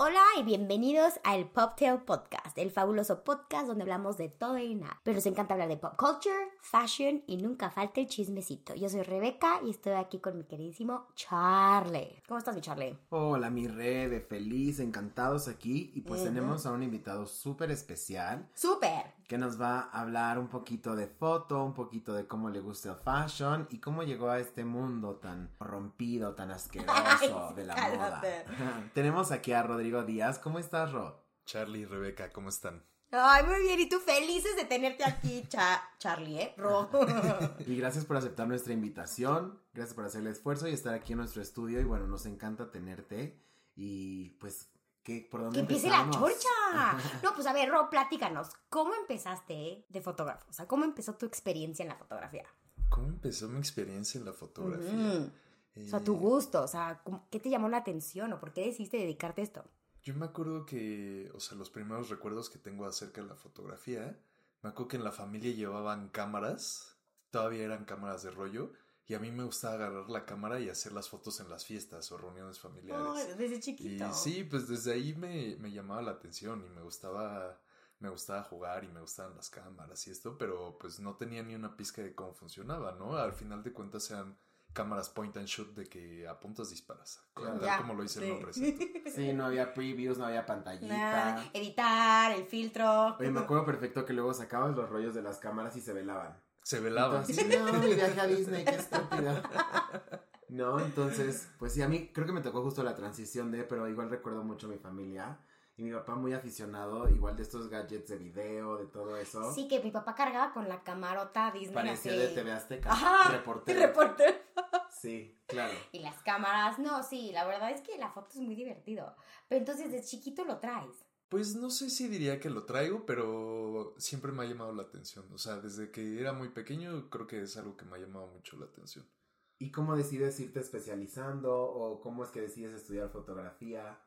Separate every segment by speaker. Speaker 1: Hola y bienvenidos al Poptail Podcast, el fabuloso podcast donde hablamos de todo y nada. Pero nos encanta hablar de pop culture, fashion y nunca falta el chismecito. Yo soy Rebeca y estoy aquí con mi queridísimo Charlie. ¿Cómo estás, mi Charlie?
Speaker 2: Hola, mi Rebe, feliz, encantados aquí. Y pues tenemos a un invitado súper especial
Speaker 1: ¡Súper!
Speaker 2: que nos va a hablar un poquito de foto, un poquito de cómo le gusta el fashion y cómo llegó a este mundo tan rompido, tan asqueroso
Speaker 1: Ay,
Speaker 2: de la
Speaker 1: cállate.
Speaker 2: moda. tenemos aquí a Rodrigo Díaz. ¿Cómo estás, Ro?
Speaker 3: Charlie y Rebeca, ¿cómo están?
Speaker 1: Ay, muy bien. Y tú felices de tenerte aquí, Cha- Charlie, ¿eh? Ro.
Speaker 2: Y gracias por aceptar nuestra invitación, gracias por hacer el esfuerzo y estar aquí en nuestro estudio. Y bueno, nos encanta tenerte. Y pues, ¿qué, ¿por dónde
Speaker 1: ¡Que empiece la
Speaker 2: empezamos?
Speaker 1: chorcha! No, pues a ver, Ro, platícanos. ¿Cómo empezaste de fotógrafo? O sea, ¿cómo empezó tu experiencia en la fotografía?
Speaker 3: ¿Cómo empezó mi experiencia en la fotografía?
Speaker 1: Mm.
Speaker 3: Eh,
Speaker 1: O sea, tu gusto, o sea, ¿cómo- ¿qué te llamó la atención o por qué decidiste dedicarte a esto?
Speaker 3: Yo me acuerdo que, o sea, los primeros recuerdos que tengo acerca de la fotografía, me acuerdo que en la familia llevaban cámaras, todavía eran cámaras de rollo, y a mí me gustaba agarrar la cámara y hacer las fotos en las fiestas o reuniones familiares.
Speaker 1: Ay, desde
Speaker 3: Y
Speaker 1: chiquito.
Speaker 3: sí, pues desde ahí me, me llamaba la atención y me gustaba, me gustaba jugar y me gustaban las cámaras y esto, pero pues no tenía ni una pizca de cómo funcionaba, ¿no? Al final de cuentas eran cámaras point and shoot de que apuntas disparas,
Speaker 2: Claro.
Speaker 3: tal
Speaker 1: Ya,
Speaker 3: como lo hice
Speaker 1: sí.
Speaker 3: en un receto.
Speaker 2: Sí, no había previews, no había pantallita.
Speaker 1: Nah, editar, el filtro.
Speaker 2: Oye, me acuerdo perfecto que luego sacabas los rollos de las cámaras y se velaban.
Speaker 3: Se
Speaker 1: Oh,
Speaker 3: velaban.
Speaker 2: Entonces, no, mi viaje a Disney, qué estúpido. No, entonces, pues sí, a mí creo que me tocó justo la transición de, pero igual recuerdo mucho a mi familia y mi papá muy aficionado, igual de estos gadgets de video, de todo eso.
Speaker 1: Sí, que mi papá cargaba con la camarota Disney.
Speaker 2: Parecía
Speaker 1: así.
Speaker 2: de TV Azteca,
Speaker 1: Ajá,
Speaker 2: reportero.
Speaker 1: reportero.
Speaker 2: Sí, claro.
Speaker 1: Y las cámaras, no, sí, la verdad es que la foto es muy divertido. Pero entonces de chiquito lo traes.
Speaker 3: Pues no sé si diría que lo traigo, pero siempre me ha llamado la atención. O sea, desde que era muy pequeño creo que es algo que me ha llamado mucho la atención.
Speaker 2: ¿Y cómo decides irte especializando o cómo es que decides estudiar fotografía?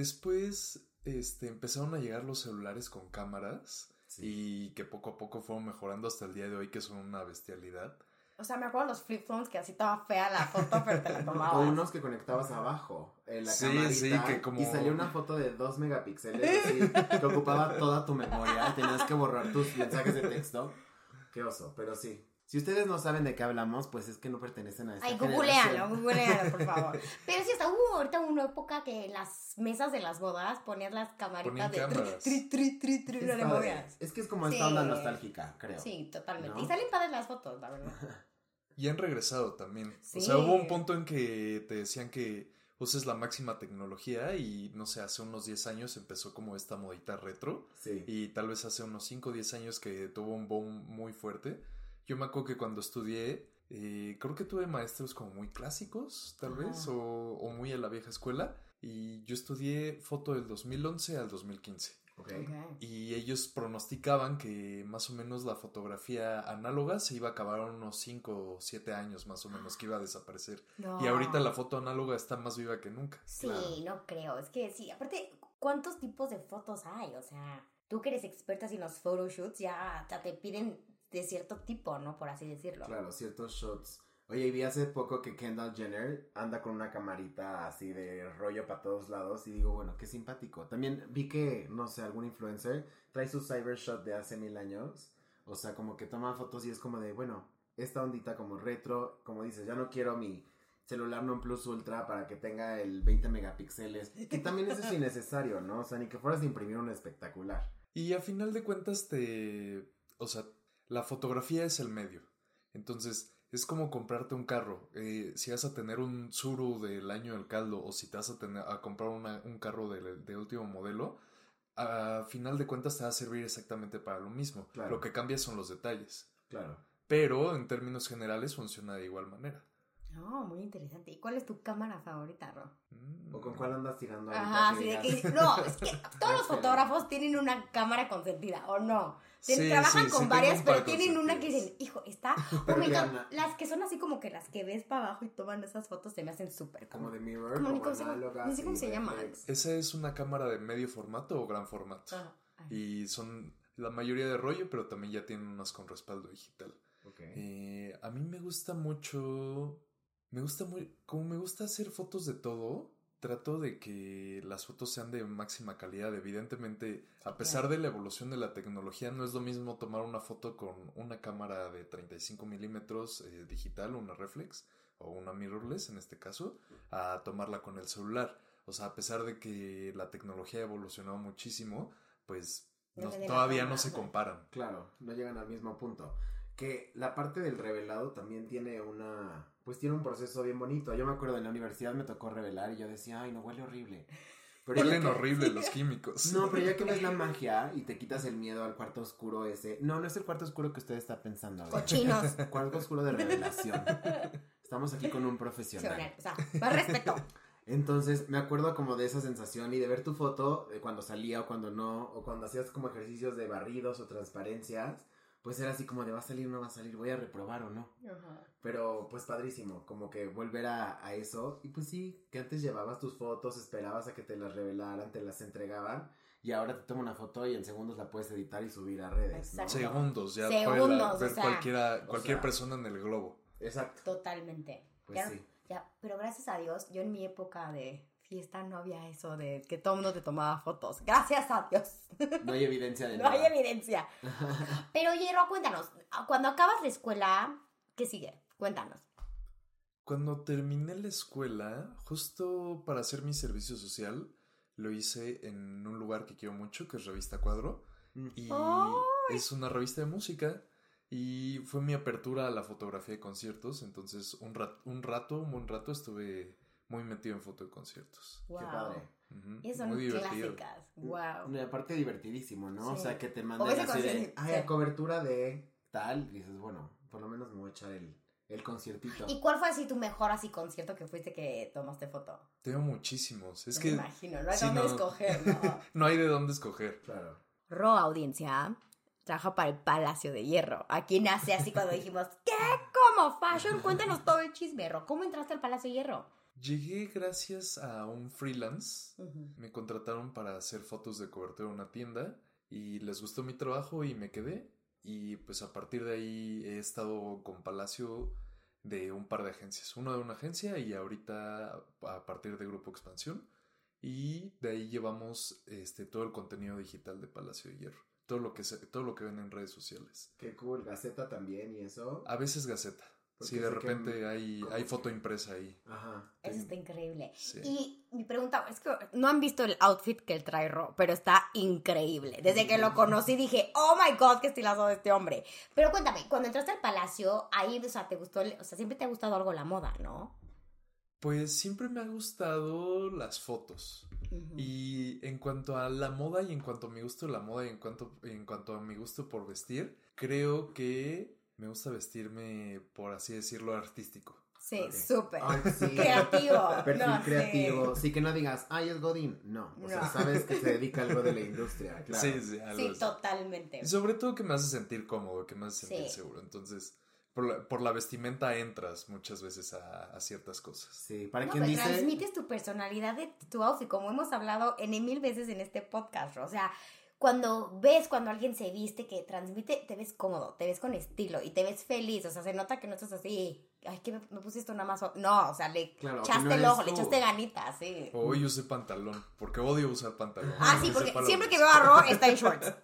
Speaker 3: Después, este, empezaron a llegar los celulares con cámaras y que poco a poco fueron mejorando hasta el día de hoy, que son una bestialidad.
Speaker 1: O sea, me acuerdo los flip phones que así estaba fea la foto, pero te la tomabas.
Speaker 2: O unos que conectabas abajo en la
Speaker 3: Sí,
Speaker 2: camarita,
Speaker 3: sí, que como-
Speaker 2: y salía una foto de 2 megapíxeles así, que ocupaba toda tu memoria y tenías que borrar tus mensajes de texto. Qué oso, pero sí. Si ustedes no saben de qué hablamos, pues es que no pertenecen a esta
Speaker 1: Ay,
Speaker 2: generación.
Speaker 1: googlealo, googlealo, por favor. Pero sí, hasta hubo ahorita una época que en las mesas de las bodas ponías las camaritas
Speaker 3: Ponían
Speaker 1: de tri,
Speaker 3: cámaras.
Speaker 1: tri, tri, tri, tri,
Speaker 2: Es
Speaker 1: no le
Speaker 2: padre.
Speaker 1: movías.
Speaker 2: Es que es como esta
Speaker 1: Sí.
Speaker 2: onda nostálgica, creo.
Speaker 1: Sí, totalmente.
Speaker 2: ¿No?
Speaker 1: Y salen padres las fotos, la verdad.
Speaker 3: Y han regresado también.
Speaker 1: Sí.
Speaker 3: O sea, hubo un punto en que te decían que uses la máxima tecnología y no sé, hace unos 10 años empezó como esta modita retro
Speaker 2: Sí.
Speaker 3: y tal vez hace unos 5 o 10 años que tuvo un boom muy fuerte. Yo me acuerdo que cuando estudié, eh, creo que tuve maestros como muy clásicos, tal
Speaker 2: Ajá.
Speaker 3: vez, o, o muy a la vieja escuela. Y yo estudié foto del 2011 al 2015.
Speaker 2: Ok.
Speaker 1: Ok.
Speaker 3: Y ellos pronosticaban que más o menos la fotografía análoga se iba a acabar en unos 5 o 7 años más o menos, que iba a desaparecer.
Speaker 1: No.
Speaker 3: Y ahorita la foto análoga está más viva que nunca.
Speaker 1: Ah. Sí, no creo. Es que sí, aparte, ¿cuántos tipos de fotos hay? O sea, tú que eres experta así en los photoshoots, ya, ya te piden de cierto tipo, ¿no? Por así decirlo.
Speaker 2: Claro, ciertos shots. Oye, y vi hace poco que Kendall Jenner anda con una camarita así de rollo para todos lados y digo, bueno, qué simpático. También vi que, no sé, algún influencer trae su cybershot de hace mil años. O sea, como que toma fotos y es como de, bueno, esta ondita como retro, como dices, ya no quiero mi celular non plus ultra para que tenga el 20 megapíxeles. Que también eso es innecesario, ¿no? O sea, ni que fueras a imprimir un espectacular.
Speaker 3: Y a final de cuentas te... O sea, la fotografía es el medio. Entonces, es como comprarte un carro. Eh, si vas a tener un Zuru del año del caldo o si te vas a, tener, a comprar una- un carro de, de último modelo, a final de cuentas te va a servir exactamente para lo mismo.
Speaker 2: Claro.
Speaker 3: Lo que cambia son los detalles.
Speaker 2: Claro.
Speaker 3: Pero en términos generales funciona de igual manera.
Speaker 1: No, muy interesante. ¿Y cuál es tu cámara favorita, Ro?
Speaker 3: Mm.
Speaker 2: ¿O con cuál andas tirando ahorita?
Speaker 1: Ajá, así de
Speaker 2: digas?
Speaker 1: que. No, es que todos los fotógrafos tienen una cámara consentida, ¿o no? Tienen-
Speaker 3: Sí,
Speaker 1: trabajan
Speaker 3: sí,
Speaker 1: con
Speaker 3: sí,
Speaker 1: varias,
Speaker 3: tengo un par
Speaker 1: pero tienen una que
Speaker 3: consentidas.
Speaker 1: dicen, hijo, está. Oh
Speaker 2: Pero
Speaker 1: my God,
Speaker 2: Diana.
Speaker 1: las que son así como que las que ves para abajo y toman esas fotos se me hacen súper
Speaker 2: Como
Speaker 1: como.
Speaker 2: de Mirror.
Speaker 1: como ni
Speaker 2: como
Speaker 1: cómo se llama-
Speaker 2: análoga,
Speaker 1: ni sé cómo
Speaker 2: así,
Speaker 1: se llama.
Speaker 2: reflex.
Speaker 3: Esa es una cámara de medio formato o gran formato.
Speaker 1: Ajá, ajá.
Speaker 3: Y son la mayoría de rollo, pero también ya tienen unas con respaldo digital.
Speaker 2: Ok.
Speaker 3: Eh, a mí me gusta mucho. Me gusta muy. Como me gusta hacer fotos de todo, trato de que las fotos sean de máxima calidad. Evidentemente, a pesar de la evolución de la tecnología, no es lo mismo tomar una foto con una cámara de 35 milímetros eh, digital, una reflex o una mirrorless en este caso, a tomarla con el celular. O sea, a pesar de que la tecnología ha evolucionado muchísimo, pues
Speaker 1: No
Speaker 3: no-
Speaker 1: se ve la
Speaker 3: todavía
Speaker 1: forma,
Speaker 3: no se
Speaker 1: ajá.
Speaker 3: comparan.
Speaker 2: Claro, no llegan al mismo punto. Que la parte del revelado también tiene una. Pues tiene un proceso bien bonito. Yo me acuerdo en la universidad me tocó revelar y yo decía, ay, no huele horrible. Pero ya
Speaker 3: Huelen
Speaker 2: que-
Speaker 3: horrible los químicos.
Speaker 2: No, pero ya que ves la magia y te quitas el miedo al cuarto oscuro ese. No, no es el cuarto oscuro que usted está pensando. ¿verdad?
Speaker 1: Cochinos.
Speaker 2: Cuarto oscuro de revelación. Estamos aquí con un profesional.
Speaker 1: Profesional, O sea, más respeto.
Speaker 2: Entonces, me acuerdo como de esa sensación y de ver tu foto de cuando salía o cuando no, o cuando hacías como ejercicios de barridos o transparencias, pues era así como de va a salir o no va a salir, voy a reprobar o no.
Speaker 1: Ajá.
Speaker 2: Pero pues padrísimo, como que volver a, a eso. Y pues sí, que antes llevabas tus fotos, esperabas a que te las revelaran, te las entregaban, y ahora te toma una foto y en segundos la puedes editar y subir a redes. ¿no?
Speaker 1: Exacto.
Speaker 3: Segundos, ya puede
Speaker 1: Segundos,
Speaker 3: la- ver
Speaker 1: o sea,
Speaker 3: cualquiera, cualquier
Speaker 2: sea.
Speaker 3: persona en el globo.
Speaker 2: Exacto.
Speaker 1: Totalmente.
Speaker 2: Pues
Speaker 1: ya,
Speaker 2: sí.
Speaker 1: ya, pero gracias a Dios, yo en mi época de fiesta no había eso de que todo el mundo te tomaba fotos. Gracias a Dios.
Speaker 2: No hay evidencia de
Speaker 1: No hay
Speaker 2: nada.
Speaker 1: evidencia. Pero oye, Ro, cuéntanos, cuando acabas la escuela, ¿qué sigue? Cuéntanos.
Speaker 3: Cuando terminé la escuela, justo para hacer mi servicio social, lo hice en un lugar que quiero mucho, que es Revista Cuadro.
Speaker 2: Mm.
Speaker 3: Y
Speaker 1: ¡Ay!
Speaker 3: es una revista de música. Y fue mi apertura a la fotografía de conciertos. Entonces, un, rat- un rato, un buen rato, estuve muy metido en foto de conciertos.
Speaker 2: Qué
Speaker 1: Wow.
Speaker 2: padre.
Speaker 3: Ujú,
Speaker 1: Esas son
Speaker 3: muy divertido.
Speaker 1: clásicas. Wow.
Speaker 2: Y aparte divertidísimo, ¿no? O
Speaker 1: Sí.
Speaker 2: sea, que te
Speaker 1: O ves
Speaker 2: manden
Speaker 1: el
Speaker 2: así de,
Speaker 1: concierto,
Speaker 2: ay,
Speaker 1: sí.
Speaker 2: a cobertura de tal, y dices, bueno, por lo menos me voy a echar el, el conciertito.
Speaker 1: ¿Y cuál fue así tu mejor así concierto que fuiste que tomaste foto?
Speaker 3: Tengo muchísimos. Es
Speaker 1: Me
Speaker 3: que
Speaker 1: imagino, no hay
Speaker 3: sí,
Speaker 1: dónde
Speaker 3: no.
Speaker 1: escoger, ¿no?
Speaker 3: no hay de dónde escoger.
Speaker 2: Claro.
Speaker 1: Ro Audiencia trabaja para el Palacio de Hierro. Aquí nace así cuando dijimos, ¿qué? ¿Cómo? Fashion, cuéntanos todo el chisme, Ro. ¿Cómo entraste al Palacio de Hierro?
Speaker 3: Llegué gracias a un freelance. Me contrataron para hacer fotos de cobertura de una tienda y les gustó mi trabajo y me quedé. Y pues a partir de ahí he estado con Palacio de un par de agencias. Una de una agencia y ahorita a partir de Grupo Expansión. Y de ahí llevamos este, todo el contenido digital de Palacio de Hierro. Todo lo que, se- todo lo que ven en redes sociales.
Speaker 2: Qué cool. Gaceta también y eso.
Speaker 1: Ah.
Speaker 3: A veces Gaceta.
Speaker 2: Porque
Speaker 3: Si
Speaker 2: sé
Speaker 3: de
Speaker 2: que-
Speaker 3: repente hay,
Speaker 2: como
Speaker 3: hay
Speaker 2: que-
Speaker 3: foto impresa ahí.
Speaker 2: Ajá.
Speaker 1: Eso está increíble.
Speaker 3: Sí.
Speaker 1: Y mi pregunta es que no han visto el outfit que él trae Ro, pero está increíble. Desde que lo conocí dije, oh my god, qué estilazo de este hombre. Pero cuéntame, cuando entraste al palacio, ahí, o sea, te gustó, el- o sea, siempre te ha gustado algo la moda, ¿no?
Speaker 3: Pues siempre me ha gustado las fotos. Y en cuanto a la moda y en cuanto a mi gusto de la moda y en cuanto, en cuanto a mi gusto por vestir, creo que me gusta vestirme, por así decirlo, artístico.
Speaker 1: Sí,
Speaker 2: Ok.
Speaker 1: súper.
Speaker 2: Ay, sí.
Speaker 1: Creativo.
Speaker 2: Perfil
Speaker 1: No, sí.
Speaker 2: creativo. Sí. que no digas, ay, es Godín. No. O sea,
Speaker 1: No.
Speaker 2: sabes que se dedica a algo de la industria. Claro.
Speaker 3: Sí, sí, algo
Speaker 1: Sí,
Speaker 3: así.
Speaker 1: totalmente.
Speaker 3: Y sobre todo que me hace sentir cómodo, que me hace sentir
Speaker 1: Sí.
Speaker 3: seguro. Entonces, por la, por la vestimenta entras muchas veces a, a ciertas cosas.
Speaker 2: Sí, Para
Speaker 1: No, pues,
Speaker 2: quien
Speaker 1: pero
Speaker 2: dice.
Speaker 1: transmites tu personalidad de tu outfit, como hemos hablado en mil veces en este podcast, Ro. O sea, cuando ves, cuando alguien se viste, que transmite, te ves cómodo, te ves con estilo y te ves feliz. O sea, se nota que no estás así, ay, que me, me puse esto nada más. o-". No, o sea, le
Speaker 2: Claro, que
Speaker 1: echaste
Speaker 2: no
Speaker 1: el
Speaker 2: eres
Speaker 1: ojo, le
Speaker 2: tú.
Speaker 1: echaste ganitas, sí.
Speaker 3: O hoy usé pantalón, porque odio usar pantalón.
Speaker 1: ah,
Speaker 3: aunque
Speaker 1: sí, porque
Speaker 3: sepa lo
Speaker 1: siempre que
Speaker 3: es.
Speaker 1: veo a Ro está en shorts.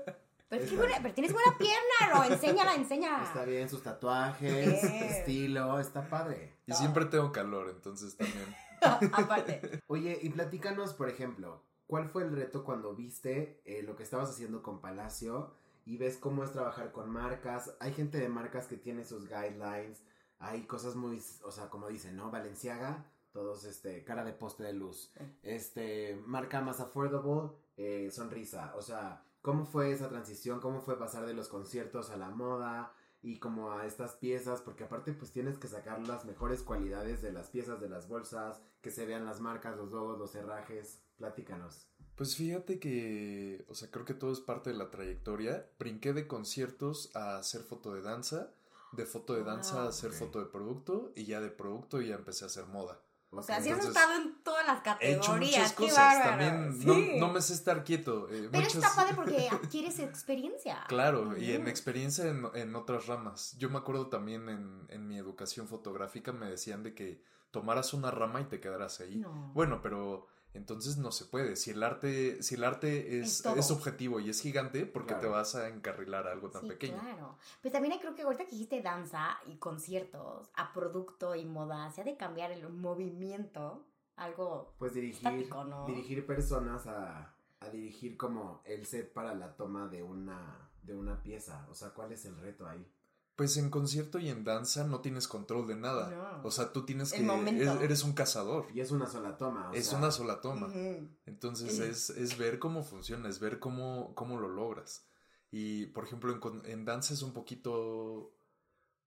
Speaker 1: Pero, es que buena- pero tienes buena pierna, Ro. Enséñala, enséñala.
Speaker 2: Está bien, sus tatuajes,
Speaker 1: Eh.
Speaker 2: estilo, está padre.
Speaker 3: Y siempre tengo calor, entonces también.
Speaker 1: Aparte.
Speaker 2: Oye, y platícanos, por ejemplo, ¿cuál fue el reto cuando viste eh, lo que estabas haciendo con Palacio y ves cómo es trabajar con marcas? Hay gente de marcas que tiene sus guidelines, hay cosas muy, o sea, como dicen, ¿no? Valenciaga, todos, este, cara de poste de luz, este, marca más affordable, eh, sonrisa, o sea, ¿cómo fue esa transición? ¿Cómo fue pasar de los conciertos a la moda? y como a estas piezas, porque aparte pues tienes que sacar las mejores cualidades de las piezas, de las bolsas, que se vean las marcas, los logos, los herrajes, platícanos.
Speaker 3: Pues fíjate que, o sea, creo que todo es parte de la trayectoria. Brinqué de conciertos a hacer foto de danza, de foto de danza
Speaker 1: Ah.
Speaker 3: a hacer
Speaker 2: Ok.
Speaker 3: foto de producto y ya de producto ya empecé a hacer moda.
Speaker 1: O sea, sí has
Speaker 3: Entonces,
Speaker 1: estado en todas las
Speaker 3: He hecho
Speaker 1: categorías.
Speaker 3: muchas
Speaker 1: Qué
Speaker 3: cosas
Speaker 1: bárbaro.
Speaker 3: también.
Speaker 1: Sí.
Speaker 3: No, no me sé estar quieto. eh,
Speaker 1: Pero
Speaker 3: muchas-
Speaker 1: está padre porque adquieres experiencia.
Speaker 3: Claro, y en
Speaker 1: Ujú.
Speaker 3: experiencia en, en otras ramas. Yo me acuerdo también en, en mi educación fotográfica me decían de que tomaras una rama y te quedaras ahí.
Speaker 1: No.
Speaker 3: Bueno, pero entonces no se puede. Si el arte, si el arte
Speaker 1: Es
Speaker 3: es,
Speaker 1: todo.
Speaker 3: es objetivo y es gigante, ¿por qué
Speaker 2: Claro.
Speaker 3: te vas a encarrilar a algo tan
Speaker 1: Sí,
Speaker 3: pequeño?
Speaker 1: claro. Pues también hay- creo que ahorita que dijiste danza y conciertos a producto y moda, se ha de cambiar el movimiento, algo
Speaker 2: Pues dirigir,
Speaker 1: estático, ¿no?
Speaker 2: dirigir personas a, a dirigir como el set para la toma de una, de una pieza. O sea, ¿cuál es el reto ahí?
Speaker 3: Pues en concierto y en danza no tienes control de nada.
Speaker 1: No.
Speaker 3: O sea, tú tienes
Speaker 1: El
Speaker 3: que.
Speaker 1: momento.
Speaker 3: eres- Eres un cazador.
Speaker 2: Y es una sola toma. o
Speaker 3: Es
Speaker 2: sea,
Speaker 3: una sola toma.
Speaker 1: Ujú.
Speaker 3: Entonces
Speaker 1: Sí.
Speaker 3: es, es ver cómo funciona, es ver cómo, cómo lo logras. Y por ejemplo, en, con- en danza es un poquito,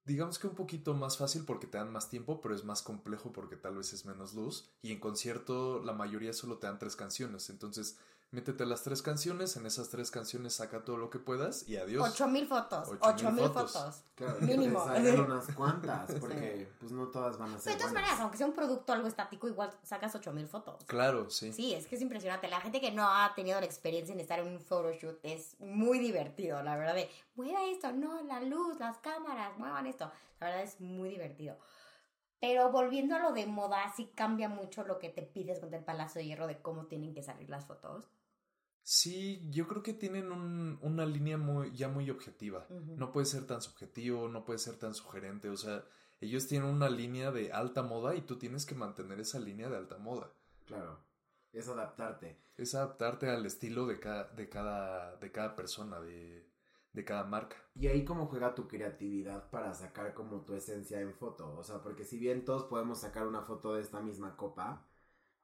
Speaker 3: digamos que un poquito más fácil porque te dan más tiempo, pero es más complejo porque tal vez es menos luz. Y en concierto la mayoría solo te dan tres canciones. Entonces métete a las tres canciones, en esas tres canciones saca todo lo que puedas y adiós.
Speaker 1: Ocho mil fotos,
Speaker 3: Ocho
Speaker 1: ocho
Speaker 3: mil
Speaker 1: mil
Speaker 3: fotos.
Speaker 1: fotos.
Speaker 2: Claro,
Speaker 1: Mínimo.
Speaker 2: que te salgan unas cuantas, porque pues no todas van a
Speaker 1: Pero
Speaker 2: ser
Speaker 1: de todas
Speaker 2: buenas.
Speaker 1: maneras, aunque sea un producto algo estático, igual sacas ocho mil fotos.
Speaker 3: Claro, sí.
Speaker 1: Sí, es que es impresionante. La gente que no ha tenido la experiencia en estar en un photoshoot es muy divertido, la verdad. De mueva esto, no, la luz, las cámaras, muevan esto. La verdad es muy divertido. Pero volviendo a lo de moda, sí cambia mucho lo que te pides con el Palacio de Hierro de cómo tienen que salir las fotos.
Speaker 3: Sí, yo creo que tienen un- una línea muy, ya muy objetiva.
Speaker 1: Ujú.
Speaker 3: No puede ser tan subjetivo, no puede ser tan sugerente. O sea, ellos tienen una línea de alta moda y tú tienes que mantener esa línea de alta moda.
Speaker 2: Claro, es adaptarte.
Speaker 3: Es adaptarte al estilo de cada, de cada, de cada persona, de, de cada marca.
Speaker 2: Y ahí cómo juega tu creatividad para sacar como tu esencia en foto. O sea, porque si bien todos podemos sacar una foto de esta misma copa,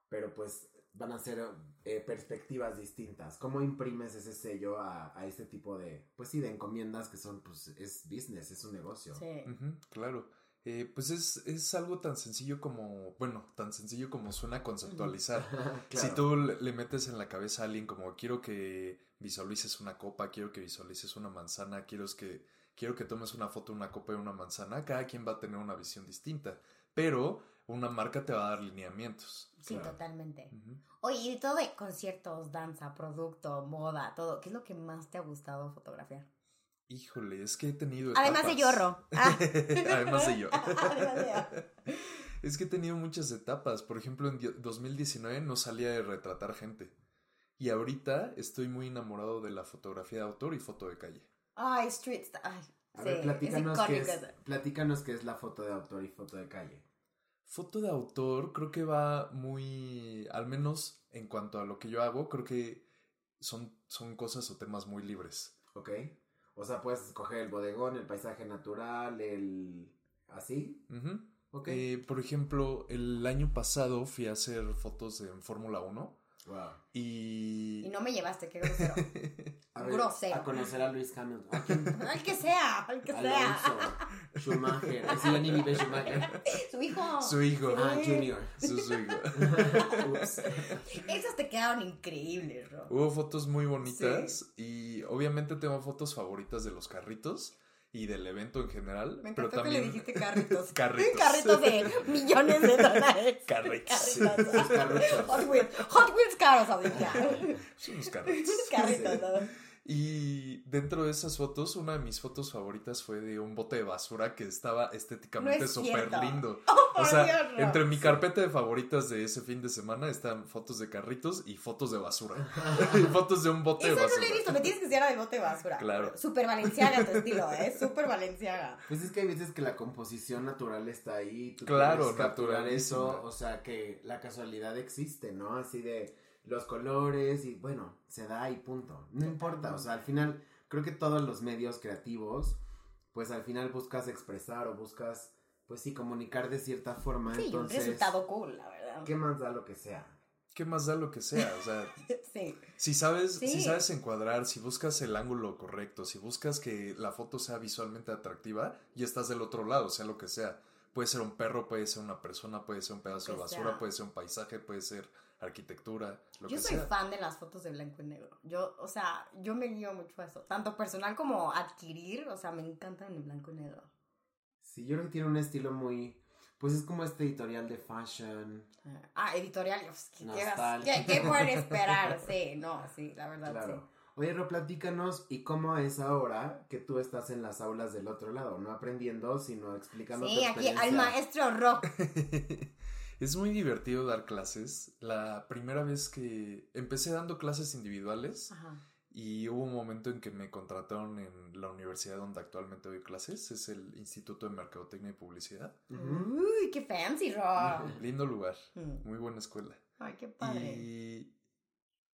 Speaker 2: pero pues van a ser eh, perspectivas distintas. ¿Cómo imprimes ese sello a, a este tipo de, pues sí, de encomiendas que son, pues es business, es un negocio.
Speaker 3: Ujú, claro. Eh, pues es, es algo tan sencillo como, bueno, tan sencillo como suena conceptualizar. Si
Speaker 2: Claro.
Speaker 3: tú le le metes en la cabeza a alguien como quiero que visualices una copa, quiero que visualices una manzana, quiero que, quiero que tomes una foto de una copa y una manzana, cada quien va a tener una visión distinta, pero una marca te va a dar lineamientos.
Speaker 1: Sí,
Speaker 2: Claro. Mm.
Speaker 1: totalmente.
Speaker 3: Ujú.
Speaker 1: Oye, y de todo de conciertos, danza, producto, moda, todo, ¿qué es lo que más te ha gustado fotografiar?
Speaker 3: Híjole, es que he tenido...
Speaker 1: Además de
Speaker 3: etapas.
Speaker 1: Yorro. Ah.
Speaker 3: Además de yo.
Speaker 1: Además de Yorro.
Speaker 3: es que he tenido muchas etapas. Por ejemplo, en di- 2019 no salía de retratar gente. Y ahorita estoy muy enamorado de la fotografía de autor y foto de calle.
Speaker 1: Ay, street style. Ay,
Speaker 2: A ver,
Speaker 1: sí, es
Speaker 2: platícanos, qué
Speaker 1: icónico.
Speaker 2: es, platícanos qué es la foto de autor y foto de calle.
Speaker 3: Foto de autor creo que va muy, al menos en cuanto a lo que yo hago, creo que son, son cosas o temas muy libres.
Speaker 2: ¿Ok? O sea, puedes escoger el bodegón, el paisaje natural, el... ¿Así?
Speaker 3: Ujú.
Speaker 2: ¿Ok?
Speaker 3: Eh, por ejemplo, el año pasado fui a hacer fotos en Fórmula 1
Speaker 2: Wow.
Speaker 3: y...
Speaker 1: Y no me llevaste, qué grosero.
Speaker 2: A ver,
Speaker 1: Grosero.
Speaker 2: A conocer a Luis Hamilton. ¿A quién?
Speaker 1: Al que sea, al que
Speaker 2: Alonso.
Speaker 1: sea.
Speaker 2: Schumacher. Así ya ni vive Schumacher.
Speaker 1: Su hijo.
Speaker 3: Su hijo.
Speaker 2: Ah, Junior.
Speaker 3: Su- su hijo.
Speaker 2: Ups.
Speaker 1: Esas te quedaron increíbles, Ro.
Speaker 3: Hubo fotos muy bonitas y obviamente tengo fotos favoritas de los carritos y del evento en general.
Speaker 1: me
Speaker 3: pero
Speaker 1: encantó
Speaker 3: también...
Speaker 1: que le dijiste carritos.
Speaker 3: Carritos.
Speaker 1: Carritos de millones de dólares.
Speaker 3: Carritos.
Speaker 1: Carritos.
Speaker 2: Carruchos.
Speaker 1: Hot Wheels. Hot Wheels caros ahorita.
Speaker 3: Son los carritos.
Speaker 1: Carritos. ¿no?
Speaker 3: Y dentro de esas fotos, una de mis fotos favoritas fue de un bote de basura que estaba
Speaker 1: No
Speaker 3: estéticamente
Speaker 1: es
Speaker 3: súper
Speaker 1: cierto. Oh,
Speaker 3: lindo.
Speaker 1: por
Speaker 3: o sea,
Speaker 1: Dios, no.
Speaker 3: entre mi carpeta de favoritas de ese fin de semana están fotos de carritos y fotos de basura. y fotos de un bote de
Speaker 1: Eso no
Speaker 3: basura.
Speaker 1: lo he visto, me tienes que enseñar del bote de basura.
Speaker 3: Claro.
Speaker 1: Super valenciaga tu estilo, ¿eh? Super valenciaga.
Speaker 2: Pues es que hay veces que la composición natural está ahí. Tú
Speaker 3: Claro,
Speaker 2: puedes capturar
Speaker 3: naturalísima.
Speaker 2: eso. O sea, que la casualidad existe, ¿no? Así de los colores y bueno, se da y punto. No importa. O sea, al final, creo que todos los medios creativos, pues al final buscas expresar o buscas, pues sí, comunicar de cierta forma.
Speaker 1: Sí, y un
Speaker 2: Entonces,
Speaker 1: resultado cool, la verdad.
Speaker 2: ¿qué más da lo que sea?
Speaker 3: ¿Qué más da lo que sea? O sea,
Speaker 1: Sí.
Speaker 3: si sabes,
Speaker 1: Sí.
Speaker 3: si sabes encuadrar, si buscas el ángulo correcto, si buscas que la foto sea visualmente atractiva, y estás del otro lado, sea lo que sea. Puede ser un perro, puede ser una persona, puede ser un pedazo de
Speaker 1: que
Speaker 3: basura,
Speaker 1: sea.
Speaker 3: puede ser un paisaje, puede ser arquitectura, lo
Speaker 1: Yo
Speaker 3: que
Speaker 1: soy
Speaker 3: sea.
Speaker 1: fan de las fotos de blanco y negro. Yo, o sea, yo me guío mucho a eso. Tanto personal como adquirir, o sea, me encantan en blanco y negro.
Speaker 2: Sí, yo creo que tiene un estilo muy. Pues es como este editorial de fashion.
Speaker 1: Ah, editorial. pues, ¿qué, qué vas-
Speaker 2: Nostalgia.
Speaker 1: qué- qué pueden esperar? Sí, no, sí, la verdad,
Speaker 2: Claro. Oye, Ro, platícanos y cómo es ahora que tú estás en las aulas del otro lado, no aprendiendo, sino
Speaker 1: sí.
Speaker 2: explicando.
Speaker 1: Sí,
Speaker 2: tu
Speaker 1: aquí al
Speaker 2: experiencia.
Speaker 1: maestro rock.
Speaker 3: es muy divertido dar clases. La primera vez que empecé dando clases individuales
Speaker 1: Ajá.
Speaker 3: y hubo un momento en que me contrataron en la universidad donde actualmente doy clases, es el Instituto de Mercadotecnia y Publicidad.
Speaker 2: Ujú.
Speaker 1: Uy, qué fancy rock.
Speaker 3: Lindo lugar,
Speaker 1: Ah. Mm.
Speaker 3: muy buena escuela.
Speaker 1: Ay, qué padre.
Speaker 3: Y,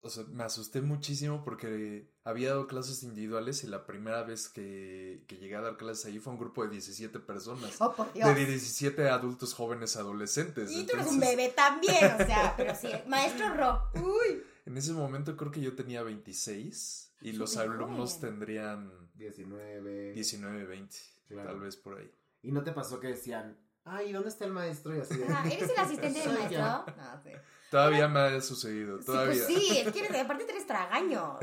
Speaker 3: o sea, me asusté muchísimo porque había dado clases individuales y la primera vez que, que llegué a dar clases ahí fue un grupo de 17 personas.
Speaker 1: Oh, por Dios.
Speaker 3: De 17 adultos jóvenes adolescentes.
Speaker 1: Y tú eres un
Speaker 3: entonces-
Speaker 1: bebé también, o sea, pero sí, maestro rock. Uy.
Speaker 3: En ese momento creo que yo tenía 26 y los
Speaker 1: Súper
Speaker 3: alumnos
Speaker 1: joven.
Speaker 3: tendrían
Speaker 2: 19.
Speaker 3: 19, 20,
Speaker 2: Claro.
Speaker 3: tal vez por ahí.
Speaker 2: ¿Y no te pasó que decían, ay, ¿dónde está el maestro? Y así de,
Speaker 1: Ah, ¿Eres el asistente del
Speaker 2: Soy yo.
Speaker 1: maestro? No, sí.
Speaker 3: Todavía me ha sucedido,
Speaker 1: Sí,
Speaker 3: todavía.
Speaker 1: pues sí, es que eres- aparte tú eres tragaños.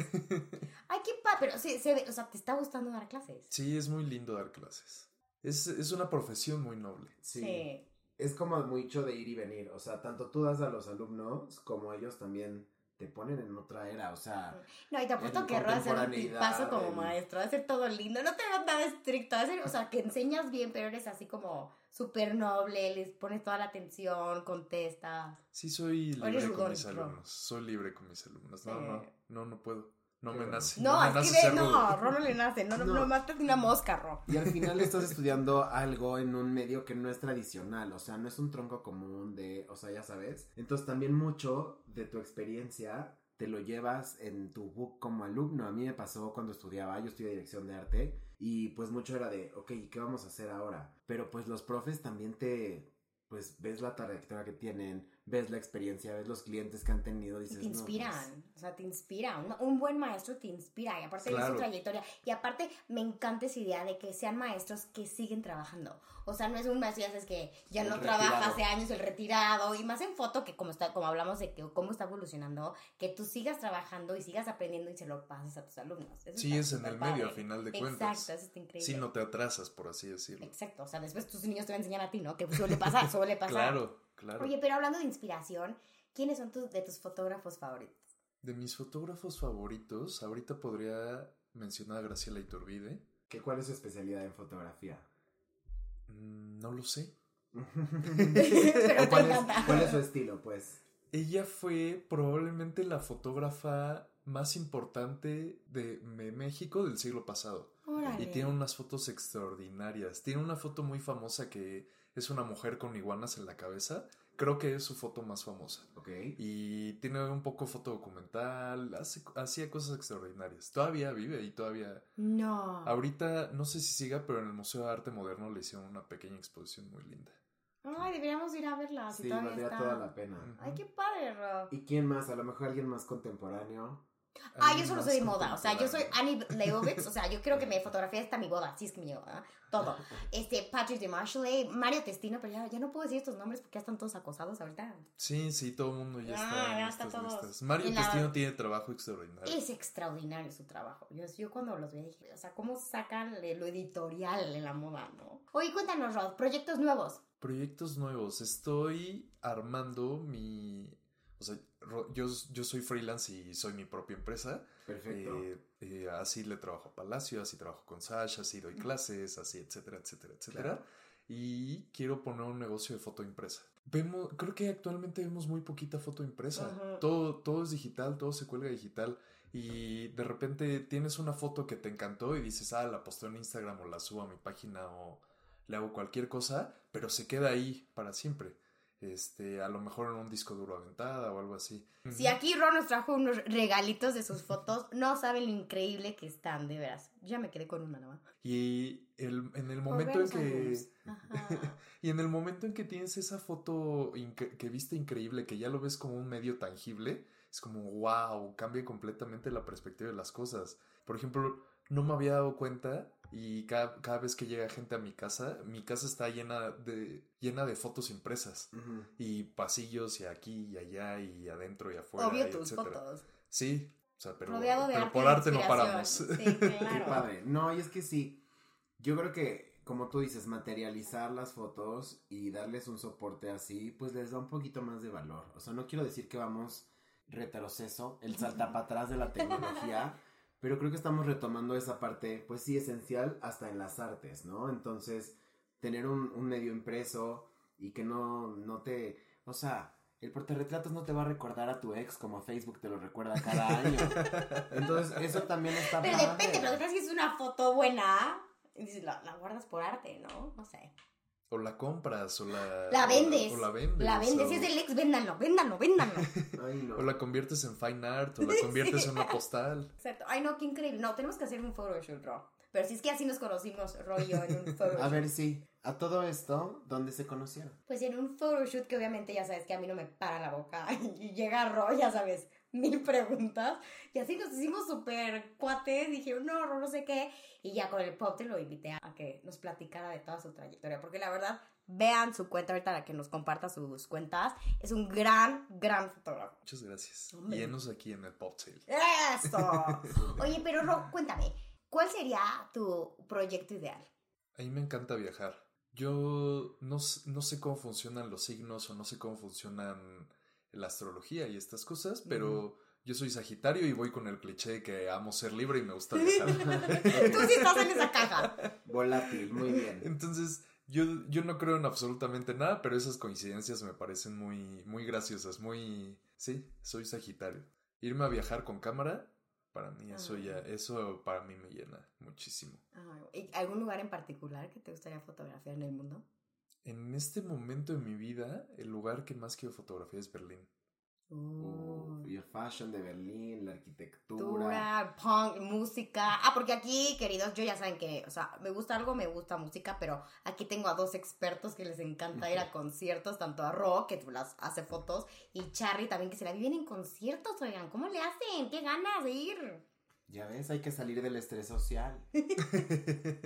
Speaker 1: Ay, qué padre, pero sí, se ve- o sea, te está gustando dar clases.
Speaker 3: Sí, es muy lindo dar clases. Es, es una profesión muy noble.
Speaker 2: Sí. Es como mucho de ir y venir. O sea, tanto tú das a los alumnos como ellos también te ponen en otra era. O sea,
Speaker 1: No, y te apuesto
Speaker 2: En
Speaker 1: que Ro va a ser un
Speaker 2: contemporaneidad,
Speaker 1: tipazo como
Speaker 2: en-
Speaker 1: maestro, va a ser todo lindo, no te va nada estricto, va a ser, o sea, que enseñas bien, pero eres así como súper noble, les pones toda la atención, contestas.
Speaker 3: Sí, soy
Speaker 1: O eres
Speaker 3: libre con
Speaker 1: rudón,
Speaker 3: mis
Speaker 1: Ro.
Speaker 3: alumnos. Soy libre con mis alumnos. No,
Speaker 1: Sí.
Speaker 3: no, no, no puedo. No me
Speaker 2: Claro.
Speaker 3: nace.
Speaker 1: No,
Speaker 3: me
Speaker 1: es que
Speaker 3: nace
Speaker 1: ve,
Speaker 3: ser
Speaker 1: no,
Speaker 3: rudo.
Speaker 1: Ro no le nace, no, no,
Speaker 2: No.
Speaker 1: no matas ni una mosca, Ro.
Speaker 2: y al final estás estudiando algo en un medio que no es tradicional. O sea, no es un tronco común de, o sea, ya sabes. Entonces también mucho de tu experiencia te lo llevas en tu book como alumno. A mí me pasó cuando estudiaba, yo estudié dirección de arte. Y pues mucho era de, ok, ¿y ¿qué vamos a hacer ahora? Pero pues los profes también te, pues ves la trayectoria que tienen, ves la experiencia, ves los clientes que han tenido.
Speaker 1: Y
Speaker 2: Dices,
Speaker 1: te
Speaker 2: "No, pues,
Speaker 1: inspiran, o sea, te inspira. Un, un buen maestro te inspira y aparte de su
Speaker 3: Claro.
Speaker 1: trayectoria. Y aparte me encanta esa idea de que sean maestros que siguen trabajando. O sea, no es un maestro, ya sabes que ya
Speaker 2: El
Speaker 1: no
Speaker 2: retirado.
Speaker 1: trabaja hace años, el retirado. Y más en foto, que como, está, como hablamos de que, cómo está evolucionando, que tú sigas trabajando y sigas aprendiendo y se lo pases a tus alumnos. Eso
Speaker 3: Sí,
Speaker 1: está
Speaker 3: es en
Speaker 1: súper
Speaker 3: el medio,
Speaker 1: padre.
Speaker 3: a final de cuentas.
Speaker 1: Exacto, eso está increíble.
Speaker 3: Sí, no te atrasas, por así decirlo.
Speaker 1: Exacto, o sea, después tus niños te van a enseñar a ti, ¿no? Que suele pasar, suele pasar.
Speaker 3: Claro, claro.
Speaker 1: Oye, pero hablando de inspiración, ¿quiénes son tus, de tus fotógrafos favoritos?
Speaker 3: De mis fotógrafos favoritos, ahorita podría mencionar a Graciela Iturbide.
Speaker 2: ¿Qué, ¿Cuál es su especialidad en fotografía?
Speaker 3: Mm, No lo sé.
Speaker 1: Pero
Speaker 2: ¿O cuál,
Speaker 1: te
Speaker 2: es,
Speaker 1: encanta.
Speaker 2: cuál es su estilo, pues?
Speaker 3: Ella fue probablemente la fotógrafa más importante de de México del siglo pasado.
Speaker 1: Órale.
Speaker 3: Y tiene unas fotos extraordinarias. Tiene una foto muy famosa que es una mujer con iguanas en la cabeza. Creo que es su foto más famosa.
Speaker 2: Ok.
Speaker 3: Y tiene un poco foto documental. hace- hacía cosas extraordinarias. Todavía vive y todavía
Speaker 1: No.
Speaker 3: Ahorita no sé si siga, pero en el Museo de Arte Moderno le hicieron una pequeña exposición muy linda.
Speaker 1: Ay, deberíamos ir a verla. Si
Speaker 2: Sí,
Speaker 1: Ah, todavía
Speaker 2: valdría
Speaker 1: está.
Speaker 2: toda la pena.
Speaker 1: Ay, qué padre, Rob.
Speaker 2: ¿Y quién más? A lo mejor alguien más contemporáneo.
Speaker 1: Ah, yo solo
Speaker 3: Más
Speaker 1: soy de moda. O sea, yo soy
Speaker 3: contemporáneo.
Speaker 1: Annie Leibovitz. O sea, yo creo que me fotografía hasta mi boda. Si es que me llegó, ¿ah? Todo. Este, Patrick de Marshall, eh, Mario Testino, pero ya, ya no puedo decir estos nombres porque ya están todos acosados ahorita.
Speaker 3: Sí, sí, todo el mundo ya
Speaker 1: Ya,
Speaker 3: está. en
Speaker 1: Ah, ya
Speaker 3: estas
Speaker 1: está todos.
Speaker 3: listas. Mario
Speaker 1: Y la-
Speaker 3: Testino tiene trabajo extraordinario.
Speaker 1: Es extraordinario su trabajo. Yo, yo cuando los vi dije, o sea, ¿cómo sacan le- lo editorial de la moda, no? Oye, cuéntanos, Rob, proyectos nuevos.
Speaker 3: Proyectos nuevos. Estoy armando mi. O sea, ro- yo, yo soy freelance y soy mi propia empresa.
Speaker 2: Perfecto.
Speaker 3: Eh, eh, así le trabajo a Palacio, así trabajo con Sasha, así doy clases, así, etcétera, etcétera, etcétera.
Speaker 2: Claro.
Speaker 3: Y quiero poner un negocio de foto impresa. Vemos, creo que actualmente vemos muy poquita foto impresa.
Speaker 1: Ajá.
Speaker 3: Todo, todo es digital, todo se cuelga digital. Y de repente tienes una foto que te encantó y dices, ah, la posteo en Instagram o la subo a mi página o le hago cualquier cosa, pero se queda ahí para siempre. Este, a lo mejor en un disco duro aventada o algo así.
Speaker 1: Si aquí Ron nos trajo unos regalitos de sus fotos, no saben lo increíble que están, de veras. Ya me quedé con una nada más.
Speaker 3: Y el- en el momento en
Speaker 1: Volvemos a
Speaker 3: que
Speaker 1: algunos. Ajá.
Speaker 3: Y en el momento en que tienes esa foto inc- que viste increíble, que ya lo ves como un medio tangible, es como, wow, cambia completamente la perspectiva de las cosas. Por ejemplo, no me había dado cuenta y cada, cada vez que llega gente a mi casa, mi casa está llena de, llena de fotos impresas.
Speaker 2: Ujú.
Speaker 3: Y pasillos y aquí y allá y adentro y afuera.
Speaker 1: Obvio
Speaker 3: y
Speaker 1: tus
Speaker 3: etcétera.
Speaker 1: fotos.
Speaker 3: Sí, o sea, pero,
Speaker 1: Rodeado de
Speaker 3: pero
Speaker 1: arte
Speaker 3: por
Speaker 1: y
Speaker 3: arte no paramos.
Speaker 1: inspiración. Sí,
Speaker 2: Qué
Speaker 1: claro.
Speaker 2: padre. No, y es que sí. Yo creo que, como tú dices, materializar las fotos y darles un soporte así, pues les da un poquito más de valor. O sea, no quiero decir que vamos retroceso, el saltar para atrás de la tecnología, pero creo que estamos retomando esa parte, pues sí, esencial hasta en las artes, ¿no? Entonces, tener un, un medio impreso y que no, no te... O sea, el portarretratos no te va a recordar a tu ex como Facebook te lo recuerda cada año. Entonces, eso también está
Speaker 1: Pero
Speaker 2: padre.
Speaker 1: depende, pero detrás si es una foto buena, dices, la, la guardas por arte, ¿no? No sé.
Speaker 3: O la compras, o la...
Speaker 1: La vendes.
Speaker 3: O la, vendes.
Speaker 1: La vendes.
Speaker 3: o-
Speaker 1: Si es del ex, véndanlo, véndanlo, véndanlo.
Speaker 2: Ay, no.
Speaker 3: O la conviertes en fine art, o la conviertes en una postal.
Speaker 1: Exacto. Ay, no, qué increíble. No, tenemos que hacer un photoshoot, Ro. Pero si es que así nos conocimos, Ro y yo, en un photoshoot.
Speaker 2: A ver, sí. A todo esto, ¿dónde se conocieron?
Speaker 1: Pues en un photoshoot que obviamente ya sabes que a mí no me para la boca y llega Ro, ya sabes, mil preguntas. Y así nos hicimos súper cuates. Dije, no, Ro, no sé qué. Y ya con el pop te lo invité a que nos platicara de toda su trayectoria. Porque la verdad, vean su cuenta ahorita, la que nos comparta sus cuentas. Es un gran, gran fotógrafo.
Speaker 3: Muchas gracias.
Speaker 1: Hombre.
Speaker 3: Y enos aquí en el pop sale.
Speaker 1: ¡Eso! Oye, pero Ro, cuéntame, ¿cuál sería tu proyecto ideal?
Speaker 3: A mí me encanta viajar. Yo no, s- no sé cómo funcionan los signos o no sé cómo funcionan la astrología y estas cosas, pero yo soy Sagitario y voy con el cliché de que amo ser libre y me gusta viajar.
Speaker 1: Tú sí estás en esa caja.
Speaker 2: Volátil, muy bien.
Speaker 3: Entonces, yo, yo no creo en absolutamente nada, pero esas coincidencias me parecen muy, muy graciosas, muy... Sí, soy Sagitario. Irme a viajar con cámara, para mí eso
Speaker 1: Ah.
Speaker 3: ya, eso para mí me llena muchísimo.
Speaker 1: Ah, ¿y ¿Algún lugar en particular que te gustaría fotografiar en el mundo?
Speaker 3: En este momento de mi vida, el lugar que más quiero fotografiar es Berlín.
Speaker 2: Uh,
Speaker 1: Uh,
Speaker 2: y el fashion de Berlín, la arquitectura.
Speaker 1: cultura, punk, música. Ah, porque aquí, queridos, yo ya saben que, o sea, me gusta algo, me gusta música, pero aquí tengo a dos expertos que les encanta ir a conciertos, tanto a Ro, que las hace fotos, y Charlie también, que se la viven en conciertos, oigan, ¿cómo le hacen? ¿Qué ganas de ir?
Speaker 2: Ya ves, hay que salir del estrés social.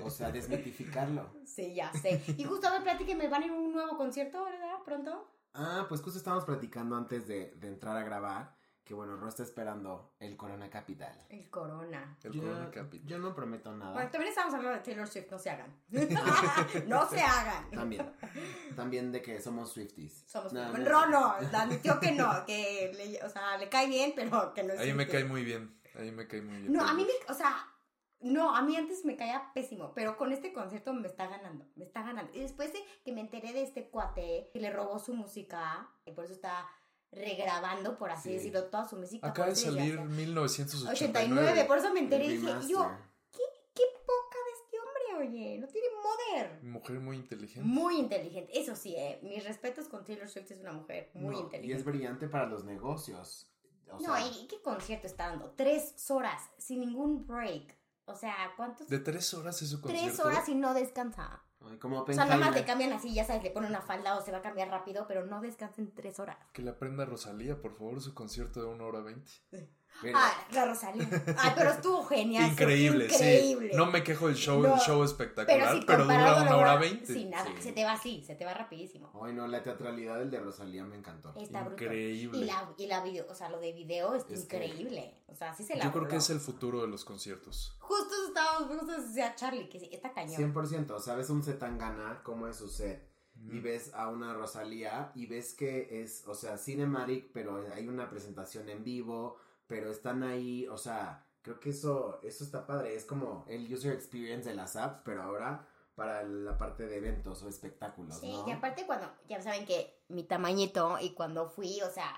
Speaker 2: O sea, desmitificarlo.
Speaker 1: Sí, ya sé. Y justo a ver, platíquenme, ¿van a ir a un nuevo concierto, verdad? ¿Pronto?
Speaker 2: Ah, pues justo estábamos platicando antes de, de entrar a grabar que, bueno, Ro está esperando el Corona Capital.
Speaker 1: El Corona.
Speaker 3: El
Speaker 2: yo,
Speaker 3: Corona Capital.
Speaker 2: yo no prometo
Speaker 1: Bueno,
Speaker 2: nada.
Speaker 1: también estamos hablando de Taylor Swift, no se hagan. no se hagan.
Speaker 2: También. También de que somos Swifties.
Speaker 1: Somos
Speaker 2: No, no,
Speaker 1: Ron no, admitió que no, que le, o sea, le cae bien, pero que no es.
Speaker 3: Ahí me
Speaker 1: Swiftie.
Speaker 3: cae muy bien, ahí me cae muy bien.
Speaker 1: Ah, No, a mí me, o sea, no, a mí antes me caía pésimo, pero con este concierto me está ganando, me está ganando. Y después de que me enteré de este cuate que le robó su música, y por eso está regrabando, por así
Speaker 2: Sí.
Speaker 1: decirlo, toda su música.
Speaker 3: Acaba de
Speaker 1: por eso llegué
Speaker 3: salir
Speaker 1: hasta
Speaker 3: 1989.
Speaker 1: 89, por eso me enteré y
Speaker 2: el
Speaker 1: dije,
Speaker 2: remaster.
Speaker 1: yo, qué poca de este hombre, oye, no tiene moder.
Speaker 3: Mujer muy inteligente.
Speaker 1: Muy inteligente, eso sí, eh, mis respetos con Taylor Swift es una mujer muy
Speaker 2: No, Y es
Speaker 1: inteligente.
Speaker 2: brillante para los negocios. O
Speaker 1: no,
Speaker 2: sea,
Speaker 1: ¿y qué concierto está dando? Tres horas, sin ningún break. O sea, ¿cuántos?
Speaker 3: De tres horas es su concierto.
Speaker 1: Tres horas y no descansa.
Speaker 2: ay, como
Speaker 1: O sea, nada más
Speaker 2: Oppenheimer.
Speaker 1: le cambian así, ya sabes, le ponen una falda o se va a cambiar rápido, pero no descansa en tres horas.
Speaker 3: Que le aprenda Rosalía, por favor, su concierto de una hora veinte.
Speaker 2: Pero-
Speaker 1: Ah, la Rosalía. Ah, pero estuvo genial. estuvo
Speaker 3: Increíble,
Speaker 1: increíble.
Speaker 3: sí. No me quejo del show,
Speaker 1: No,
Speaker 3: el show
Speaker 1: Pero
Speaker 3: espectacular,
Speaker 1: si
Speaker 3: pero, dura
Speaker 1: comparado
Speaker 3: una
Speaker 1: con
Speaker 3: hora
Speaker 1: la-
Speaker 3: veinte.
Speaker 1: Sí, nada,
Speaker 2: Sí.
Speaker 1: se te va así, se te va rapidísimo.
Speaker 2: Ay, no, la teatralidad del de Rosalía me encantó.
Speaker 1: Está brutal.
Speaker 3: Oh, Increíble.
Speaker 1: Y la, y la video, o sea, lo de video está
Speaker 2: Es que-
Speaker 1: increíble. O sea, sí se la
Speaker 3: Yo creo que
Speaker 1: voló.
Speaker 3: es el futuro de los conciertos.
Speaker 1: Justo estábamos, justo decía Charlie, que sí, está cañón.
Speaker 2: 100%, o sea, ves un Zetangana como es su set y ves a una Rosalía y ves que es, o sea, cinematic, pero hay una presentación en vivo, pero están ahí, o sea, creo que eso eso está padre, es como el user experience de las apps, pero ahora para la parte de eventos o espectáculos,
Speaker 1: Sí,
Speaker 2: ¿no?
Speaker 1: y aparte cuando, ya saben que mi tamañito y cuando fui, o sea,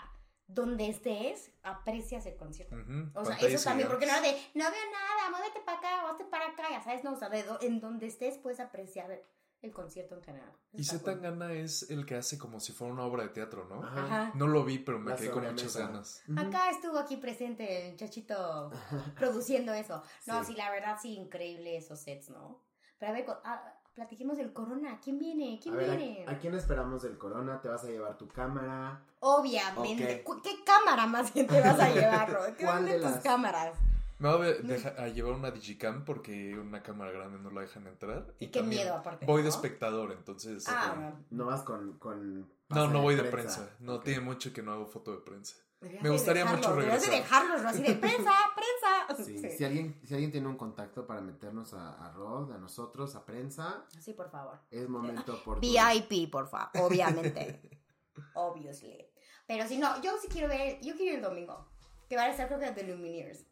Speaker 1: donde estés, aprecias el
Speaker 2: Mm,
Speaker 1: concierto.
Speaker 3: Ujú,
Speaker 1: O sea,
Speaker 3: pantallas
Speaker 1: eso también, porque no era
Speaker 3: gigantes.
Speaker 1: de, no veo nada, muévete para acá, o hazte para acá, ya sabes, no, o sea, de do- en donde estés puedes apreciar el, el concierto en general. Eso
Speaker 3: Y
Speaker 1: está cool.
Speaker 3: Zetangana es el que hace como si fuera una obra de teatro, ¿no?
Speaker 2: Ajá.
Speaker 1: Ajá.
Speaker 3: No lo vi, pero me
Speaker 2: La
Speaker 3: quedé con muchas
Speaker 2: sobremesa.
Speaker 3: ganas.
Speaker 1: Acá estuvo aquí presente el chachito produciendo eso. No, sí.
Speaker 2: Sí.
Speaker 1: la verdad sí, increíble esos sets, ¿no? Pero a ver, cu- ah,
Speaker 4: platiquemos del corona. ¿Quién viene?
Speaker 2: A
Speaker 4: ¿Quién
Speaker 2: ver,
Speaker 4: viene?
Speaker 2: ¿a, a quién esperamos del corona? ¿Te vas a llevar tu cámara?
Speaker 1: Obviamente.
Speaker 2: Ok.
Speaker 1: ¿Cu- ¿Qué cámara más bien te vas a llevar, Rod? ¿Qué
Speaker 2: ¿Cuál
Speaker 1: ¿Cuál
Speaker 2: de
Speaker 1: de tus
Speaker 2: las?
Speaker 1: cámaras?
Speaker 3: Me voy a,
Speaker 1: Mm.
Speaker 3: ve- deja- a llevar una Digicam porque una cámara grande no la dejan entrar. Y
Speaker 1: Qué
Speaker 3: también
Speaker 1: miedo, aparte,
Speaker 3: Voy de
Speaker 1: ¿no?
Speaker 3: espectador, entonces.
Speaker 1: Ah,
Speaker 3: eh,
Speaker 1: bueno.
Speaker 2: No vas con... con
Speaker 3: No,
Speaker 2: pase
Speaker 3: no voy de prensa. No,
Speaker 2: Ok.
Speaker 3: tiene mucho que no hago foto de prensa.
Speaker 1: Deberías
Speaker 3: Me
Speaker 1: de
Speaker 3: gustaría
Speaker 1: dejarlo,
Speaker 3: mucho
Speaker 1: deberías de
Speaker 3: regresar.
Speaker 1: dejarlos, Rod, así de prensa, prensa.
Speaker 2: Sí,
Speaker 1: Sí.
Speaker 2: Si, alguien, si alguien tiene un contacto para meternos a, a Rod, a nosotros, a prensa,
Speaker 1: Sí, por favor.
Speaker 2: es
Speaker 1: Ah,
Speaker 2: momento por...
Speaker 1: VIP, porfa, obviamente. Obviously. Pero si no, yo sí quiero ver, yo quiero ir el domingo. Que van a estar creo que The Lumineers.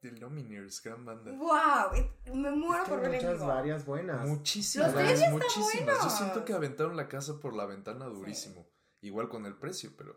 Speaker 3: The Lumineers, gran banda.
Speaker 1: ¡Wow! it- Me muero
Speaker 2: Es que
Speaker 1: por
Speaker 2: hay
Speaker 1: ver el
Speaker 2: muchas
Speaker 1: domingo.
Speaker 2: varias buenas.
Speaker 3: Muchísimas,
Speaker 1: Los tres están
Speaker 3: muchísimas. Yo
Speaker 1: buenos.
Speaker 3: siento que aventaron la casa por la ventana durísimo. Igual con el precio, pero.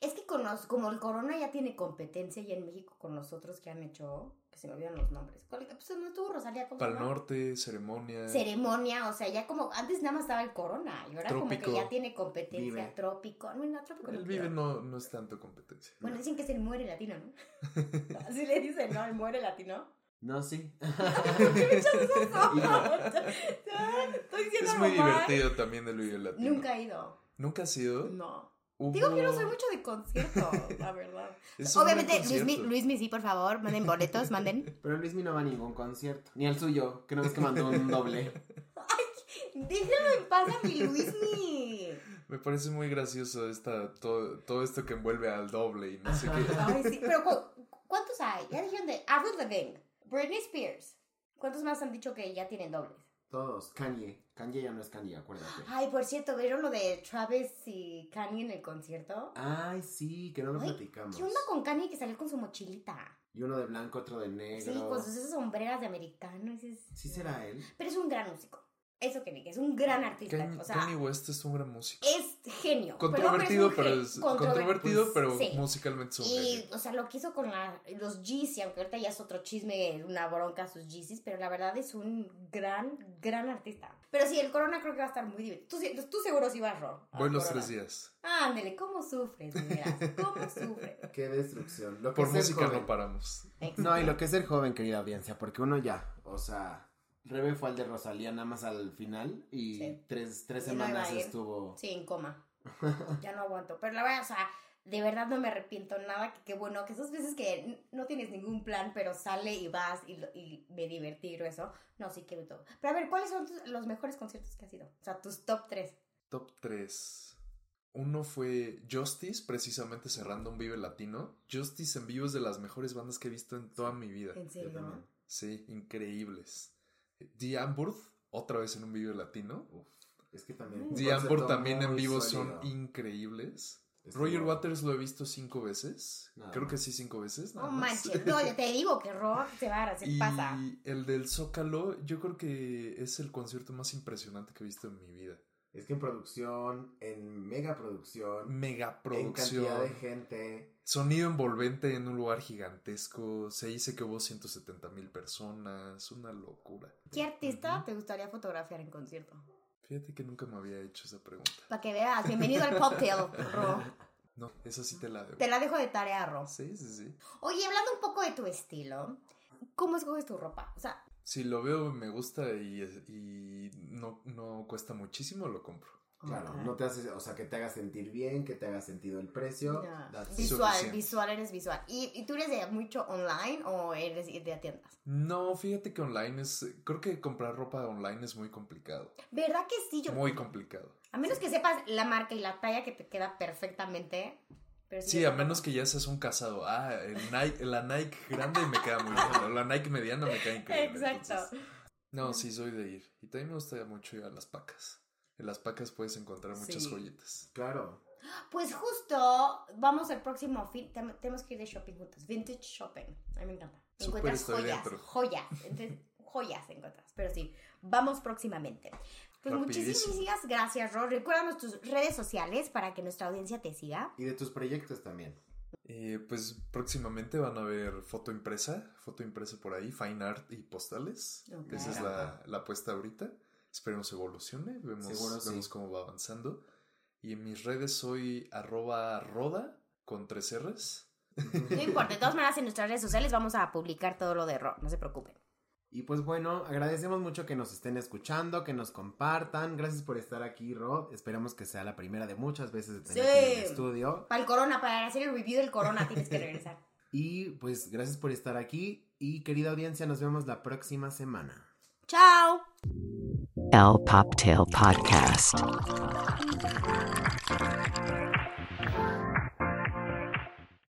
Speaker 1: Es que con los, como el Corona ya tiene competencia y en México con los otros que han hecho, que se me olvidan los nombres. ¿Cuál- Pues no estuvo Rosalía como.
Speaker 3: Pal Norte, Ceremonia.
Speaker 1: Ceremonia, o sea, ya como antes nada más estaba el Corona y ahora como
Speaker 3: Trópico.
Speaker 1: que ya tiene competencia.
Speaker 2: Vive.
Speaker 1: Trópico, no, no, Trópico. no
Speaker 3: el Vive
Speaker 1: creo.
Speaker 3: no, no es tanto competencia.
Speaker 1: Bueno, dicen que es el muere latino, ¿no? Así le dicen, ¿no? El muere latino.
Speaker 2: No, sí.
Speaker 1: Estoy diciendo
Speaker 3: Es muy
Speaker 1: algo mal.
Speaker 3: divertido también el Vive Latino.
Speaker 1: Nunca he ido.
Speaker 3: ¿Nunca ha sido?
Speaker 1: No.
Speaker 3: Hubo-
Speaker 1: Digo que no soy mucho de conciertos, la verdad.
Speaker 3: Es un
Speaker 1: Obviamente,
Speaker 3: buen
Speaker 1: Luis, Mi-
Speaker 3: concierto.
Speaker 1: Luis Mi, sí, por favor, manden boletos, manden.
Speaker 2: Pero Luismi no va a ningún concierto. Ni al suyo, que no es que mandó un doble.
Speaker 1: Déjalo en paz a mi Luismi.
Speaker 3: Me parece muy gracioso esta, todo, todo esto que envuelve al doble y no sé qué.
Speaker 1: Ay, sí. Pero, ¿cu- ¿cuántos hay? Ya dijeron de Avril Lavigne, Britney Spears. ¿Cuántos más han dicho que ya tienen dobles?
Speaker 2: Todos. Kanye. Kanye ya no es Kanye, acuérdate.
Speaker 1: Ay, por cierto, ¿vieron lo de Travis y Kanye en el concierto?
Speaker 2: Ay, sí, que no lo
Speaker 1: Ay,
Speaker 2: platicamos.
Speaker 1: ¿Qué onda con Kanye que salió con su mochilita?
Speaker 2: Y uno de blanco, otro de negro.
Speaker 1: Sí, pues, con sus esas sombreras de americano. ese es-
Speaker 2: Sí será él.
Speaker 1: Pero es un gran músico. Eso que diga, es un gran artista.
Speaker 3: Kanye,
Speaker 1: o sea,
Speaker 3: Kanye West es un gran músico.
Speaker 1: es genio.
Speaker 3: Controvertido,
Speaker 1: pero
Speaker 3: pero
Speaker 1: un
Speaker 3: es
Speaker 1: gen- controver-
Speaker 3: controvertido,
Speaker 1: pues,
Speaker 3: pero
Speaker 1: sí.
Speaker 3: musicalmente es un
Speaker 1: Y,
Speaker 3: genio.
Speaker 1: o sea, lo que hizo con la- los Yeezy, aunque ahorita ya es otro chisme, una bronca a sus Yeezys, pero la verdad es un gran, gran artista. Pero sí, el Corona creo que va a estar muy divertido. Tú, sí- tú seguro sí vas, Ro. al
Speaker 3: Voy los
Speaker 1: Corona.
Speaker 3: tres días.
Speaker 1: Ándale, ¿cómo sufres? de veras? ¿Cómo sufres?
Speaker 2: Qué destrucción. Lo que
Speaker 3: Por
Speaker 2: es ser
Speaker 3: música
Speaker 2: joven.
Speaker 3: no paramos.
Speaker 2: No, y lo que es ser joven, querida audiencia, porque uno ya, o sea, Rebe fue al de Rosalía nada más al final y
Speaker 1: Sí.
Speaker 2: tres, tres
Speaker 1: Y no iba a
Speaker 2: semanas
Speaker 1: ir.
Speaker 2: estuvo.
Speaker 1: Sí, en coma. Ya no aguanto. Pero la verdad, o sea, de verdad no me arrepiento nada. que Qué bueno que esas veces que n- no tienes ningún plan, pero sale y vas y, lo- y me divertir o eso. No, sí quiero todo. Pero a ver, ¿cuáles son tus- los mejores conciertos que has ido? O sea, tus top 3.
Speaker 3: Top 3. Uno fue Justice, precisamente cerrando un Vive Latino. Justice en vivo es de las mejores bandas que he visto en toda mi vida.
Speaker 1: En
Speaker 2: Yo también.
Speaker 1: serio.
Speaker 3: Sí, increíbles. The Amburth, otra vez en un Vive Latino.
Speaker 2: Uf, es que también.
Speaker 3: The Amburth también en vivo
Speaker 2: son
Speaker 3: son increíbles.
Speaker 2: Estuvo-
Speaker 3: Roger Waters lo he visto cinco veces.
Speaker 2: Nada
Speaker 3: Creo que
Speaker 2: más.
Speaker 3: sí, cinco veces.
Speaker 1: No
Speaker 3: nada más.
Speaker 1: manches. No, ya te digo que Rock se va, se
Speaker 3: y
Speaker 1: pasa.
Speaker 3: el del Zócalo, yo creo que es el concierto más impresionante que he visto en mi vida.
Speaker 2: Es que en producción, en mega producción,
Speaker 3: Megaproducción.
Speaker 2: en cantidad de gente.
Speaker 3: Sonido envolvente en un lugar gigantesco. Se dice que hubo 170 mil personas. Una locura.
Speaker 1: ¿Qué artista te gustaría fotografiar en concierto?
Speaker 3: Fíjate que nunca me había hecho esa pregunta.
Speaker 1: Para que veas. Bienvenido al cocktail, Ro.
Speaker 3: No, esa sí te la debo.
Speaker 1: Te la dejo de tarea, Ro.
Speaker 3: Sí, sí, sí.
Speaker 1: Oye, hablando un poco de tu estilo, ¿cómo escoges tu ropa? O sea,
Speaker 3: Si lo veo, me gusta y, y no, no cuesta muchísimo, lo compro.
Speaker 2: Claro,
Speaker 1: Ok.
Speaker 2: no te haces, o sea, que te haga sentir bien, que te haga sentido el precio.
Speaker 1: ya,
Speaker 2: that's it.
Speaker 1: visual,
Speaker 3: suficiente.
Speaker 1: visual eres visual. ¿Y, y tú eres de mucho online o eres de a tiendas?
Speaker 3: No, fíjate que online es. Creo que comprar ropa online es muy complicado.
Speaker 1: ¿Verdad que sí? Yo,
Speaker 3: Muy complicado.
Speaker 1: a menos que sepas la marca y la talla que te queda perfectamente. Pero
Speaker 3: Sí, a menos que ya seas un casado. Ah, el Nike- la Nike grande me queda muy bien. o La Nike mediana me queda increíble.
Speaker 1: Exacto.
Speaker 3: entonces- no, sí, soy de ir. Y también me gusta mucho ir a las pacas. En las pacas puedes encontrar muchas
Speaker 1: Sí.
Speaker 3: joyitas.
Speaker 2: Claro.
Speaker 1: Pues justo, vamos al próximo fin. tem- Tenemos que ir de shopping juntos. Vintage shopping. A mí me encanta.
Speaker 3: Súper
Speaker 1: Encuentras
Speaker 3: estoy
Speaker 1: joyas,
Speaker 3: dentro.
Speaker 1: joyas. Entonces, joyas encuentras. Pero sí, vamos próximamente. Pues
Speaker 3: Rapidísimo.
Speaker 1: muchísimas gracias, Ro. Recuérdanos tus redes sociales para que nuestra audiencia te siga.
Speaker 2: Y de tus proyectos también.
Speaker 3: Eh, pues próximamente van a ver foto impresa, foto impresa por ahí, fine art y postales.
Speaker 1: Ok.
Speaker 3: Esa es la, la apuesta ahorita. Esperemos evolucione, vemos,
Speaker 2: Seguro sí.
Speaker 3: vemos cómo va avanzando. Y en mis redes soy arroba roda con tres R's.
Speaker 1: No importa, de todas maneras en nuestras redes sociales vamos a publicar todo lo de Ro. No se preocupen.
Speaker 2: Y pues bueno, agradecemos mucho que nos estén escuchando, que nos compartan. Gracias por estar aquí, Rod. Esperamos que sea la primera de muchas veces de tenerte
Speaker 1: Sí.
Speaker 2: en el estudio.
Speaker 1: Para el corona, para hacer el review del corona tienes que regresar.
Speaker 2: Y pues gracias por estar aquí. Y querida audiencia, nos vemos la próxima semana.
Speaker 1: ¡Chao!
Speaker 5: L Poptail Podcast.